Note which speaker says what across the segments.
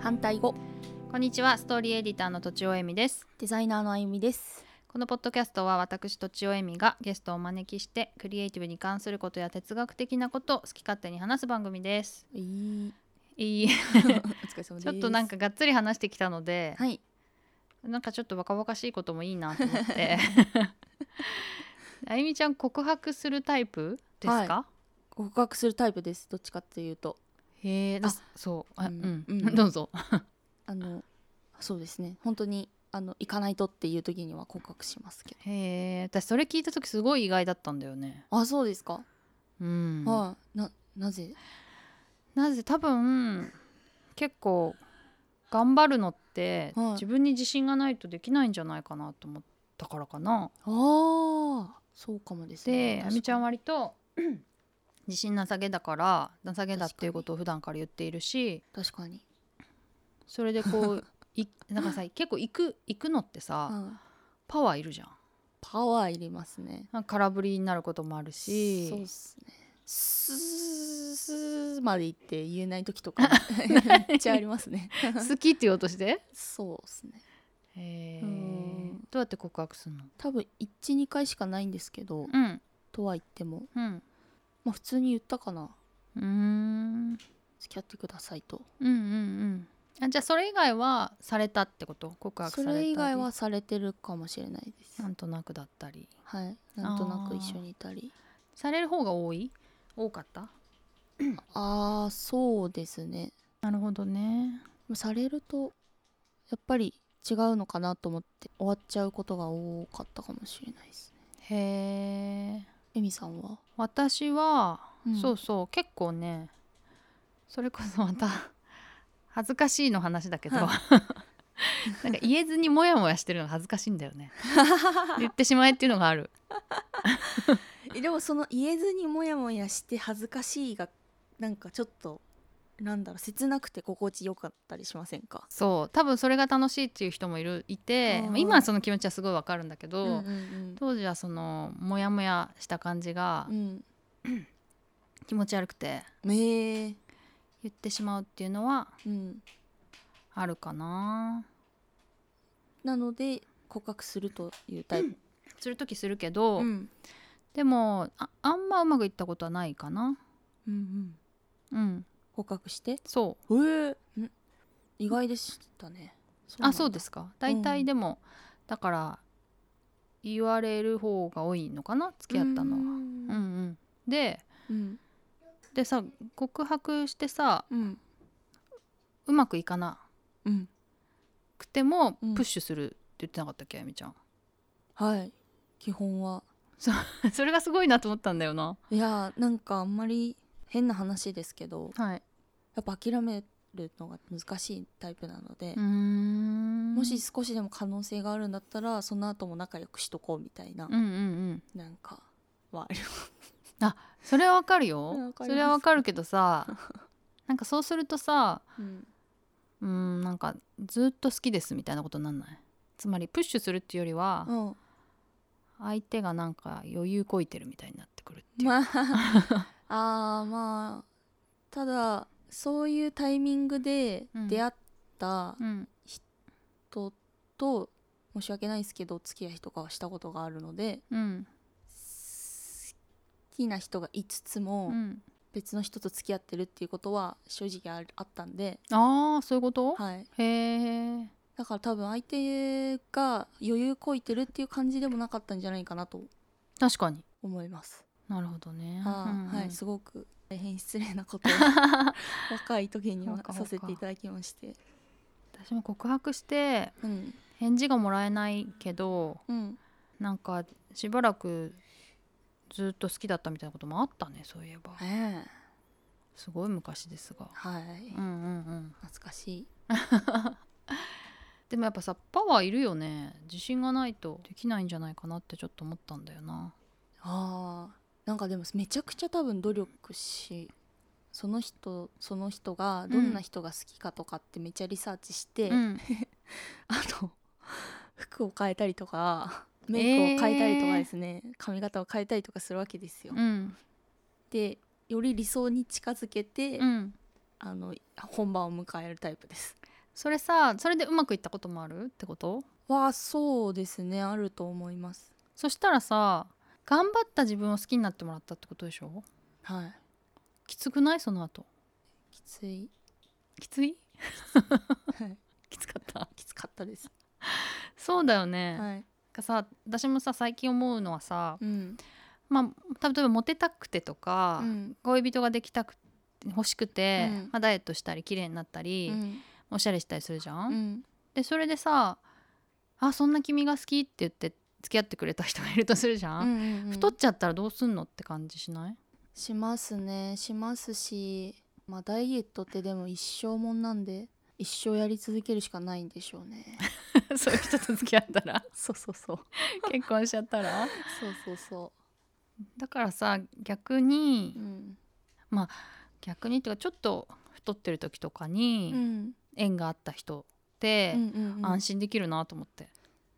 Speaker 1: 反対語
Speaker 2: こんにちはストーリーエディターのとちおえみです
Speaker 1: デザイナーのあゆみです
Speaker 2: このポッドキャストは私とちおえみがゲストをお招きしてクリエイティブに関することや哲学的なことを好き勝手に話す番組です
Speaker 1: いい
Speaker 2: いい
Speaker 1: お疲れ様です
Speaker 2: ちょっとなんかがっつり話してきたので
Speaker 1: はい
Speaker 2: なんかちょっと若々しいこともいいなと思って あゆみちゃん告白するタイプですか、
Speaker 1: 告白するタイプですどっちかっていうと
Speaker 2: へえ
Speaker 1: あ
Speaker 2: そうあ、
Speaker 1: う
Speaker 2: うんん
Speaker 1: う ん
Speaker 2: どうぞ
Speaker 1: あのそうですね本当にあの行かないとっていう時には告白しますけど
Speaker 2: へえ私それ聞いた時すごい意外だったんだよね
Speaker 1: あそうですか、
Speaker 2: うん、
Speaker 1: はいななぜ
Speaker 2: なぜ多分結構頑張るのって、
Speaker 1: はい
Speaker 2: 自分に自信がないとできないんじゃないかなと思ったからかな
Speaker 1: ああそうかもですね
Speaker 2: であみちゃん
Speaker 1: は
Speaker 2: 割と 自信なさげだからなさげだっ
Speaker 1: 確か
Speaker 2: て
Speaker 1: に
Speaker 2: いうことを普段から言っているし
Speaker 1: 確かに、
Speaker 2: それでこ ういなんかさ結構行く行くのってさ、
Speaker 1: うん
Speaker 2: パワーいるじゃん
Speaker 1: パワーいりますね
Speaker 2: なんか空振りになることもあるし
Speaker 1: そう ですねスースーまで行って言えない時とかめっちゃありますね
Speaker 2: 好きって言おうとして
Speaker 1: そうですね
Speaker 2: へえ
Speaker 1: うん
Speaker 2: どうやって告白するの
Speaker 1: 多分12回しかないんですけど、
Speaker 2: うん
Speaker 1: とは言っても、
Speaker 2: うん
Speaker 1: まあ、普通に言ったかな
Speaker 2: うーん
Speaker 1: 付き合ってくださいと
Speaker 2: うんうんうんあじゃあそれ以外はされたってこと告白さ
Speaker 1: そ
Speaker 2: れたり
Speaker 1: れ以外はされてるかもしれないです、
Speaker 2: なんとなくだったり
Speaker 1: はいなんとなく一緒にいたり
Speaker 2: される方が多い多かった
Speaker 1: ああーそうですね
Speaker 2: なるほどね
Speaker 1: されるとやっぱり違うのかなと思って終わっちゃうことが多かったかもしれないです
Speaker 2: へ
Speaker 1: ね
Speaker 2: え
Speaker 1: エミさんは
Speaker 2: 私は、
Speaker 1: うん
Speaker 2: そうそう結構ねそれこそまた恥ずかしいの話だけ どなんか言えずにモヤモヤしてるのが恥ずかしいんだよ ね言ってしまえっていうのがある
Speaker 1: でもその言えずにモヤモヤして恥ずかしいがなんかちょっとなんだろう切なくて心地よかったりしませんか
Speaker 2: そう多分それが楽しいっていう人もいるいて
Speaker 1: うん
Speaker 2: まあ今はその気持ちはすごいわかるんだけ
Speaker 1: う
Speaker 2: ど、
Speaker 1: んうん
Speaker 2: 当時はそのモヤモヤした感じが
Speaker 1: うん
Speaker 2: 気持ち悪くて
Speaker 1: うんええ
Speaker 2: 言ってしまうっていうのは
Speaker 1: うん
Speaker 2: あるかな
Speaker 1: なので告白するというタイプ、
Speaker 2: する時するけど、
Speaker 1: ん
Speaker 2: でもああんまうまくいったことはないかな
Speaker 1: うんう
Speaker 2: う
Speaker 1: ん、
Speaker 2: ん
Speaker 1: 告白して
Speaker 2: そ
Speaker 1: えー、ん意外でしたね
Speaker 2: うあそうですすか大体でも、だから言われる方が多いのかな付き合ったのはう
Speaker 1: う
Speaker 2: んうんんで
Speaker 1: うん
Speaker 2: でさ告白してさ
Speaker 1: うん
Speaker 2: うまくいかな
Speaker 1: うん
Speaker 2: くても
Speaker 1: うん
Speaker 2: プッシュするって言ってなかったっけあやみちゃん
Speaker 1: はい基本は
Speaker 2: それがすごいなと思ったんだよない
Speaker 1: やーなんかあんまり変な話ですけど
Speaker 2: はい
Speaker 1: やっぱ諦めるのが難しいタイプなので、
Speaker 2: ん
Speaker 1: もし少しでも可能性があるんだったらその後も仲良くしとこうみたいな、
Speaker 2: うんうんうん
Speaker 1: なんかはあります
Speaker 2: それはわかる
Speaker 1: う
Speaker 2: よ
Speaker 1: んわかります
Speaker 2: それはわかるけどさ なんかそうするとさ
Speaker 1: うん
Speaker 2: うーんなんかずっと好きですみたいなことになんないつまりプッシュするっていうよりは
Speaker 1: うん
Speaker 2: 相手がなんか余裕こいてるみたいになってくるっていう、
Speaker 1: まああーまあただそういうタイミングで
Speaker 2: うん
Speaker 1: 出会った
Speaker 2: うん、
Speaker 1: 人と、申し訳ないですけどお付き合いとかはしたことがあるので
Speaker 2: うん
Speaker 1: 好きな人がいつつも、
Speaker 2: うん
Speaker 1: 別の人と付き合ってるっていうことは正直あるあったんで、
Speaker 2: ああそういうこと、
Speaker 1: はい、
Speaker 2: へえ
Speaker 1: だから多分相手が余裕こいてるっていう感じでもなかったんじゃないかなと
Speaker 2: 確かに
Speaker 1: 思います。
Speaker 2: なるほどね
Speaker 1: あー
Speaker 2: うんうん
Speaker 1: はい、すごく大変失礼な ことを若い時には
Speaker 2: そうかそ
Speaker 1: さ
Speaker 2: うか
Speaker 1: せていただきまして。
Speaker 2: 私も告白して
Speaker 1: うん
Speaker 2: 返事がもらえないけど
Speaker 1: うん、
Speaker 2: なんかしばらくずっと好きだったみたいなこともあったねそういえば
Speaker 1: ええ
Speaker 2: すごい昔ですが
Speaker 1: はい、
Speaker 2: うんうんうん
Speaker 1: 懐かしい
Speaker 2: でもやっぱさパワーいるよね自信がないとできないんじゃないかなってちょっと思ったんだよな
Speaker 1: あーなんかでもめちゃくちゃ多分努力しその人その人がどんな人が好きかとかってめっちゃリサーチして、
Speaker 2: うん
Speaker 1: あの服を変えたりと かメイクを変えたりとかですね、髪型を変えたりとかするわけですよ。
Speaker 2: うん
Speaker 1: でより理想に近づけて、
Speaker 2: うん
Speaker 1: あの本番を迎えるタイプです。
Speaker 2: それさそれでうまくいったこともあるってこと
Speaker 1: はそうですねあると思います
Speaker 2: そしたらさ頑張った自分を好きになってもらったってことでしょ
Speaker 1: はい
Speaker 2: きつくないその後
Speaker 1: きつい
Speaker 2: きつい
Speaker 1: はい
Speaker 2: きつかった
Speaker 1: きつかったです
Speaker 2: そうだよね、
Speaker 1: はい
Speaker 2: がさ私もさ最近思うのはさ、
Speaker 1: うん
Speaker 2: まあ、例えばモテたくてとか、
Speaker 1: うん
Speaker 2: 恋人ができたく欲しくて、
Speaker 1: うん
Speaker 2: まあ、ダイエットしたり綺麗になった
Speaker 1: う
Speaker 2: り、
Speaker 1: ん
Speaker 2: おしゃれしたりするじゃん。
Speaker 1: うん
Speaker 2: でそれでさ「あそんな君が好き」って言って付き合ってくれた人がいるとするじゃ
Speaker 1: うん
Speaker 2: ん。
Speaker 1: うんうん
Speaker 2: 太っちゃったらどうすんのって感じし ない
Speaker 1: しますねしますしまあダイエットってでも一生もんなんで一生やり続けるしかないんでしょ うね
Speaker 2: そういう人と付き合ったら
Speaker 1: そうそうそう
Speaker 2: 結婚しちゃったら
Speaker 1: そうそうそ
Speaker 2: だからさ逆に
Speaker 1: ううん
Speaker 2: 逆にっていうかちょっと太ってる時とか
Speaker 1: う
Speaker 2: に
Speaker 1: ん
Speaker 2: 縁があった人って
Speaker 1: うんうんうん
Speaker 2: 安心できるなと思って、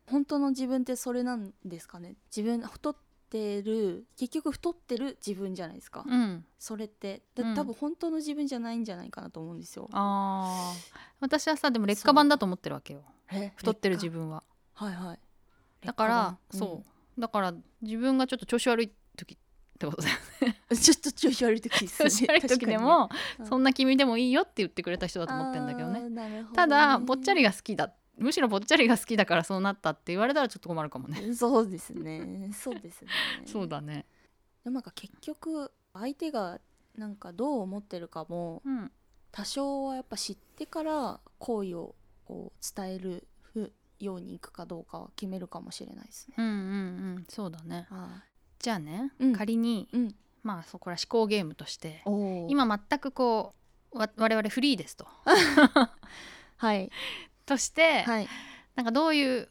Speaker 1: 本当の自分ってそれなんですかね自分太ってる結局太ってる自分じゃないですか、
Speaker 2: うん、
Speaker 1: それってだ
Speaker 2: うん
Speaker 1: 多分本当の自分じゃないんじゃないかなと思うんですよ、
Speaker 2: あー私はさでも劣化版だと思ってるわけよ
Speaker 1: え
Speaker 2: 太ってる自分は
Speaker 1: はいはい
Speaker 2: だから、
Speaker 1: 劣化版
Speaker 2: そうだから自分がちょっと調子悪い時ってことだよね
Speaker 1: うん ちょっと調子悪い時ですよ
Speaker 2: 調
Speaker 1: ね
Speaker 2: 子悪い時で
Speaker 1: 確
Speaker 2: も、
Speaker 1: うん
Speaker 2: そんな君でもいいよって言ってくれた人だと
Speaker 1: かに
Speaker 2: 思ってんだけど
Speaker 1: あ
Speaker 2: ね
Speaker 1: ーなるほどね
Speaker 2: ただぽっちゃりが好きだむしろぽっちゃりが好きだからそうなったって言われたらちょっと困るかもね、
Speaker 1: そうですねそうですね
Speaker 2: そうだね
Speaker 1: でもなんか結局相手がなんかどう思ってるかも
Speaker 2: うん
Speaker 1: 多少はやっぱ知ってから好意をこう伝えるふようにいくかどうかは決めるかもしれないですね。
Speaker 2: うんうんうんそうだね
Speaker 1: は
Speaker 2: じゃあね、
Speaker 1: うん
Speaker 2: 仮に、
Speaker 1: いうん、
Speaker 2: まあそこら思考ゲームとして
Speaker 1: お今
Speaker 2: 今全くこうわ我々フリーですと
Speaker 1: はい
Speaker 2: として、
Speaker 1: はい、
Speaker 2: なんかどういう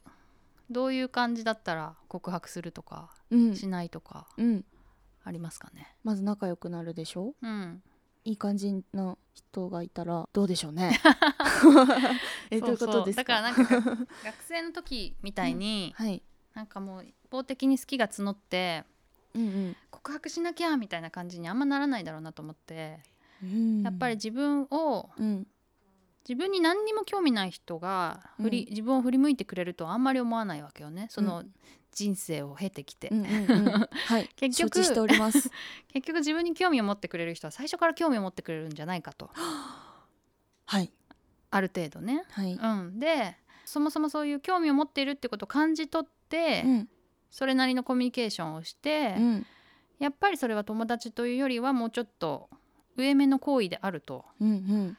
Speaker 2: どういう感じだったら告白するとか
Speaker 1: うん
Speaker 2: しないとか
Speaker 1: うん、
Speaker 2: ありますかね
Speaker 1: まず仲良くなるでしょ
Speaker 2: うん
Speaker 1: いい感じの人がいたらどうでしょ うね。え
Speaker 2: そ
Speaker 1: どういううこ
Speaker 2: そう
Speaker 1: とです
Speaker 2: だ
Speaker 1: か
Speaker 2: からなんか学生の時みたいに、
Speaker 1: はい、
Speaker 2: なんかもう一方的に好きが募って
Speaker 1: うん
Speaker 2: 告白しなきゃみたいな感じにあんまならないだろうなと思って、
Speaker 1: うんうん、
Speaker 2: やっぱり、自分を
Speaker 1: うん、
Speaker 2: 自分に何にも興味ない人が振り、
Speaker 1: うん
Speaker 2: 自分を振り向いてくれるとあんまり思わないわけよねその
Speaker 1: うん
Speaker 2: 人生を経てきて、
Speaker 1: うん うんうん、はい
Speaker 2: 結局
Speaker 1: 承知しております。
Speaker 2: 結局自分に興味を持ってくれる人は最初から興味を持ってくれるんじゃないかと
Speaker 1: はい
Speaker 2: ある程度ね。
Speaker 1: はい、
Speaker 2: うん、でそもそもそういう興味を持っているってことを感じ取って、
Speaker 1: うん
Speaker 2: それなりのコミュニケーションをして、
Speaker 1: うん
Speaker 2: やっぱりそれは友達というよりはもうちょっと上目の行為であると
Speaker 1: うんうん、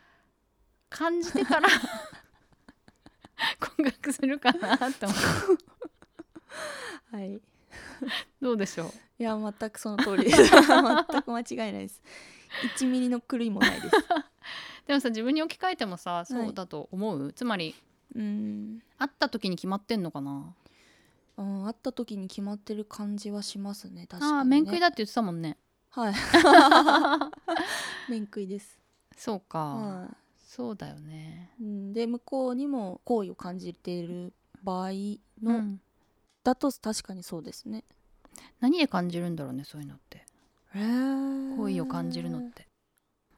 Speaker 2: 感じてから 告白するかなと思う
Speaker 1: はい。
Speaker 2: どうでしょう
Speaker 1: いや全くその通りです 全く間違いないです1ミリの狂いもないです
Speaker 2: でもさ自分に置き換えてもさそ
Speaker 1: は
Speaker 2: う
Speaker 1: い
Speaker 2: だと思う、つまり
Speaker 1: うーん
Speaker 2: 会った時に決まってんのかな
Speaker 1: うん会った時に決まってる感じはしますね確かに、ね、
Speaker 2: ああー面食いだって言ってたもんね
Speaker 1: はい面食いです
Speaker 2: そうか、
Speaker 1: は
Speaker 2: そうだよね
Speaker 1: いうんで向こうにも好意を感じている場合
Speaker 2: う
Speaker 1: の、
Speaker 2: ん
Speaker 1: だと確かにそうですね
Speaker 2: 何で感じるんだろうねそういうのって好
Speaker 1: 好
Speaker 2: 意を感じるのって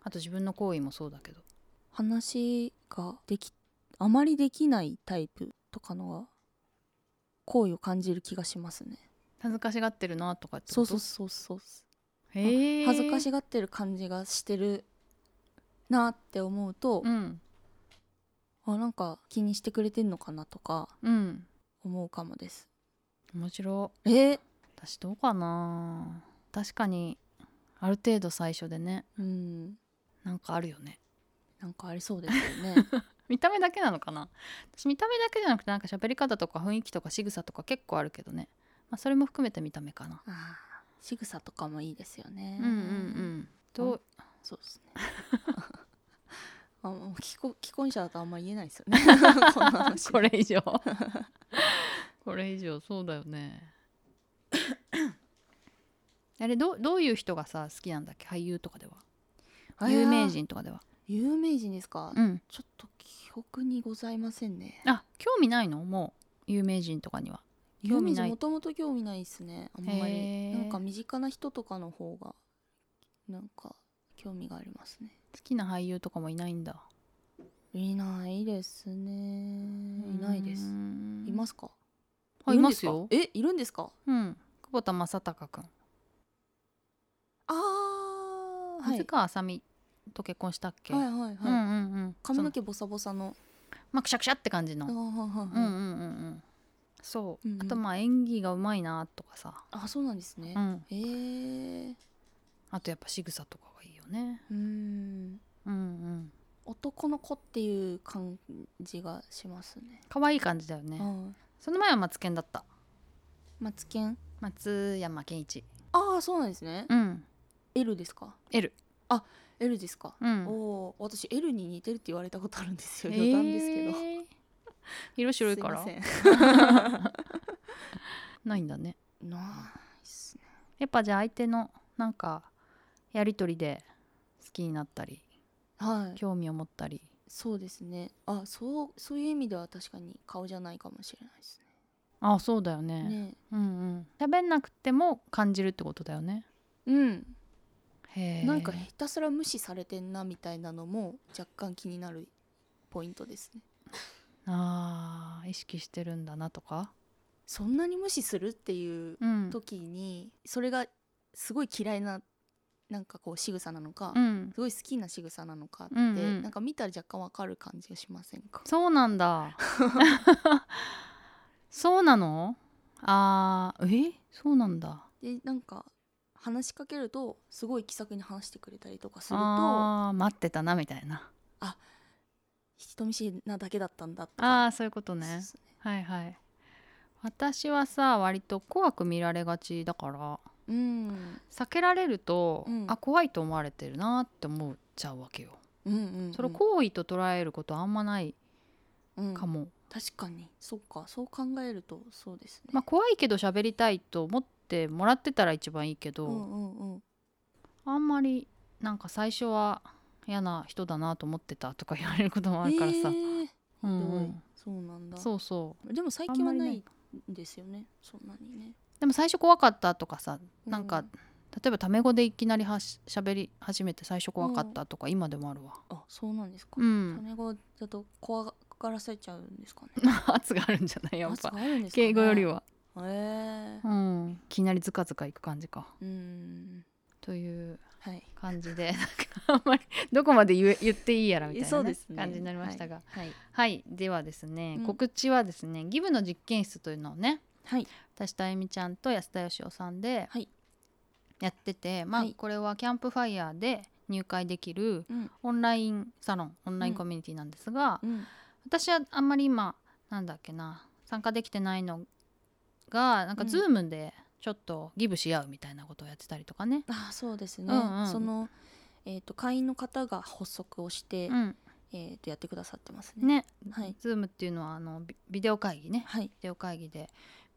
Speaker 2: あと自分の行為もそうだけど
Speaker 1: 話ができあまりできないタイプとかのが好意を感じる気がしますね
Speaker 2: 恥ずかしがってるなとかって
Speaker 1: そうそうそうそう
Speaker 2: へえ
Speaker 1: 恥ずかしがってる感じがしてるなって思うと、
Speaker 2: うん
Speaker 1: あなんか気にしてくれてんのかなとか
Speaker 2: うん
Speaker 1: 思うかもです
Speaker 2: 面白い
Speaker 1: えー
Speaker 2: 私どうかな確かにある程度最初でね
Speaker 1: うん
Speaker 2: なんかあるよね
Speaker 1: なんかありそうですよ ね
Speaker 2: 見た目だけなのかな私見た目だけじゃなくてなんか喋り方とか雰囲気とか仕草とか結構あるけどね、まあ、それも含めて見た目かな
Speaker 1: あー仕草とかもいいですよね
Speaker 2: うんうんうんどう
Speaker 1: そうです ねあもう既婚既婚者だとあんま言えないですよねこんな話
Speaker 2: これ以上 これ以上そうだよねあれどうどういう人がさ好きなんだっけ俳優とかでは 有名人とかでは
Speaker 1: 有名人ですか、
Speaker 2: うん
Speaker 1: ちょっと記憶にございませんね
Speaker 2: あ興味ないのもう有名人とかには興味ない
Speaker 1: もともと興味ないですねあんま
Speaker 2: へ
Speaker 1: り
Speaker 2: ー
Speaker 1: なんか身近な人とかの方がなんか興味がありますね
Speaker 2: 好きな俳優とかもいないんだ
Speaker 1: えいないですねいないですいますすか
Speaker 2: あいますよ
Speaker 1: るんですかえいるんですか
Speaker 2: うん久保田正孝君
Speaker 1: ああはい
Speaker 2: 水川あさみと結婚したっけ、
Speaker 1: はいはい
Speaker 2: うん
Speaker 1: はい
Speaker 2: うんうん
Speaker 1: 髪の
Speaker 2: 毛
Speaker 1: 毛ボサボサの
Speaker 2: まあくしゃくしゃって感じの
Speaker 1: あーはいはい
Speaker 2: うんうん
Speaker 1: はい
Speaker 2: うんうんそう、
Speaker 1: うんうん
Speaker 2: あとまあ演技がうまいなとかさ、
Speaker 1: あそうなんですね
Speaker 2: うん、
Speaker 1: へえ
Speaker 2: あとやっぱ仕草とかがいいよね
Speaker 1: う
Speaker 2: う
Speaker 1: ん
Speaker 2: んうん
Speaker 1: 男の子っていう感じがしますね
Speaker 2: 可愛い感じだよね、
Speaker 1: はい
Speaker 2: その前はマツケンだった
Speaker 1: マツケン
Speaker 2: 松山ケンイチ
Speaker 1: ああそうなんですね
Speaker 2: うん
Speaker 1: L ですか
Speaker 2: L
Speaker 1: あ L ですか
Speaker 2: うん
Speaker 1: おおー私 L に似てるって言われたことあるんですよ
Speaker 2: 余
Speaker 1: 余
Speaker 2: 談で
Speaker 1: 談ですす
Speaker 2: け
Speaker 1: け
Speaker 2: ど
Speaker 1: ど、
Speaker 2: 色白い
Speaker 1: すい
Speaker 2: か
Speaker 1: ま
Speaker 2: ら
Speaker 1: せん
Speaker 2: ないんだね
Speaker 1: ないっすね
Speaker 2: やっぱじゃあ相手のなんかやり取りで好きになったり
Speaker 1: はい
Speaker 2: 興味を持ったり
Speaker 1: そうですねあそうそういう意味では確かに顔じゃないかもしれないです
Speaker 2: ああそうだよね
Speaker 1: ねね
Speaker 2: うんうん喋んなくても感じるってことだよね
Speaker 1: うん
Speaker 2: へえ
Speaker 1: なんかひたすら無視されてんなみたいなのも若干気になるポイントですね
Speaker 2: あー意識してるんだなとか
Speaker 1: そんなに無視するっていう
Speaker 2: うん
Speaker 1: 時にそれがすごい嫌いななんかこう仕草なのか、
Speaker 2: うん
Speaker 1: すごい好きな仕草なのかって、
Speaker 2: うんうん
Speaker 1: なんか見たら若干わかる感じがしませんか
Speaker 2: そうなん だそうなのあーえそうなんだ
Speaker 1: でなんか話しかけるとすごい気さくに話してくれたりとかすると
Speaker 2: あー待ってたなみたいな
Speaker 1: 人見知りなだけだったんだとか
Speaker 2: あーそういうことね
Speaker 1: そう
Speaker 2: はいはい私はさ割と怖く見られがちだから
Speaker 1: うん
Speaker 2: 避けられると、
Speaker 1: うん
Speaker 2: あ怖いと思われてるなって思っちゃうわけよ
Speaker 1: うんうんうん
Speaker 2: それを好意と捉えることあんまない
Speaker 1: うん
Speaker 2: かも、
Speaker 1: 確かにそっかそう考えるとそうですね
Speaker 2: まあ怖いけど喋りたいと思ってもらってたら一番いいけど、
Speaker 1: うんうんうん
Speaker 2: あんまりなんか最初は嫌な人だなと思ってたとか言われることもあるからさ、
Speaker 1: えー
Speaker 2: うんうん
Speaker 1: ひどいそうなんだ
Speaker 2: そうそう
Speaker 1: でも最近は
Speaker 2: あんま
Speaker 1: な
Speaker 2: り
Speaker 1: いんですよねそんなにね
Speaker 2: でも最初怖かったとかさ
Speaker 1: うん
Speaker 2: なんか、例えばタメ語でいきなりはしゃべり始めて最初怖かったとか今でもあるわ
Speaker 1: あそうなんですか
Speaker 2: う
Speaker 1: タ
Speaker 2: ん
Speaker 1: メ語だと怖がらせちゃうんですかね
Speaker 2: 圧があるんじゃないやっ
Speaker 1: 圧
Speaker 2: ぱ
Speaker 1: があるんですかね
Speaker 2: 敬語よりは、
Speaker 1: へえ
Speaker 2: うん、いきなりずかずかいく感じか
Speaker 1: うん
Speaker 2: という
Speaker 1: はい
Speaker 2: 感じ でなんかあんまりどこまで言え言っていいやらみたいなね、
Speaker 1: そうですね
Speaker 2: 感じになりましたが
Speaker 1: はい
Speaker 2: はい、ではですね、
Speaker 1: うん
Speaker 2: 告知はですねギブの実験室というのをね
Speaker 1: はい
Speaker 2: 私とあゆみちゃんと安田義雄さんで
Speaker 1: はい
Speaker 2: やってて、まあ
Speaker 1: はい
Speaker 2: これはキャンプファイヤーで入会できる
Speaker 1: うん
Speaker 2: オンラインサロンオンライン
Speaker 1: うん
Speaker 2: コミュニティなんですが、
Speaker 1: うん
Speaker 2: 私はあんまり今なんだっけな参加できてないのがなんか
Speaker 1: うん
Speaker 2: ズームでちょっとギブし合うみたいなことをやってたりとかね。
Speaker 1: あそうですね
Speaker 2: うんうん
Speaker 1: そのえっと会員の方が発足をして
Speaker 2: うん、
Speaker 1: えっとやってくださってますね
Speaker 2: ね、
Speaker 1: はい
Speaker 2: ズームっていうのはあのビビデオ会議ね
Speaker 1: はい
Speaker 2: ビデオ会議で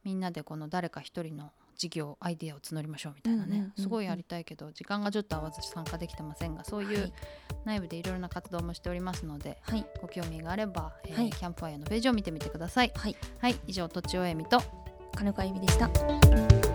Speaker 2: みんなでこの誰か一人の事業アイデアを募りましょうみたいなね、
Speaker 1: うんうんうんうん
Speaker 2: すごいやりたいけど時間がちょっと合わず参加できてませんがそうい
Speaker 1: は
Speaker 2: う
Speaker 1: い
Speaker 2: 内部でいろいろな活動もしておりますので
Speaker 1: はい
Speaker 2: ご興味があれば、えー
Speaker 1: はい
Speaker 2: キャンプファイヤーのページを見てみてください。
Speaker 1: はい
Speaker 2: はい、以上とちおえみと
Speaker 1: 金子あゆみでした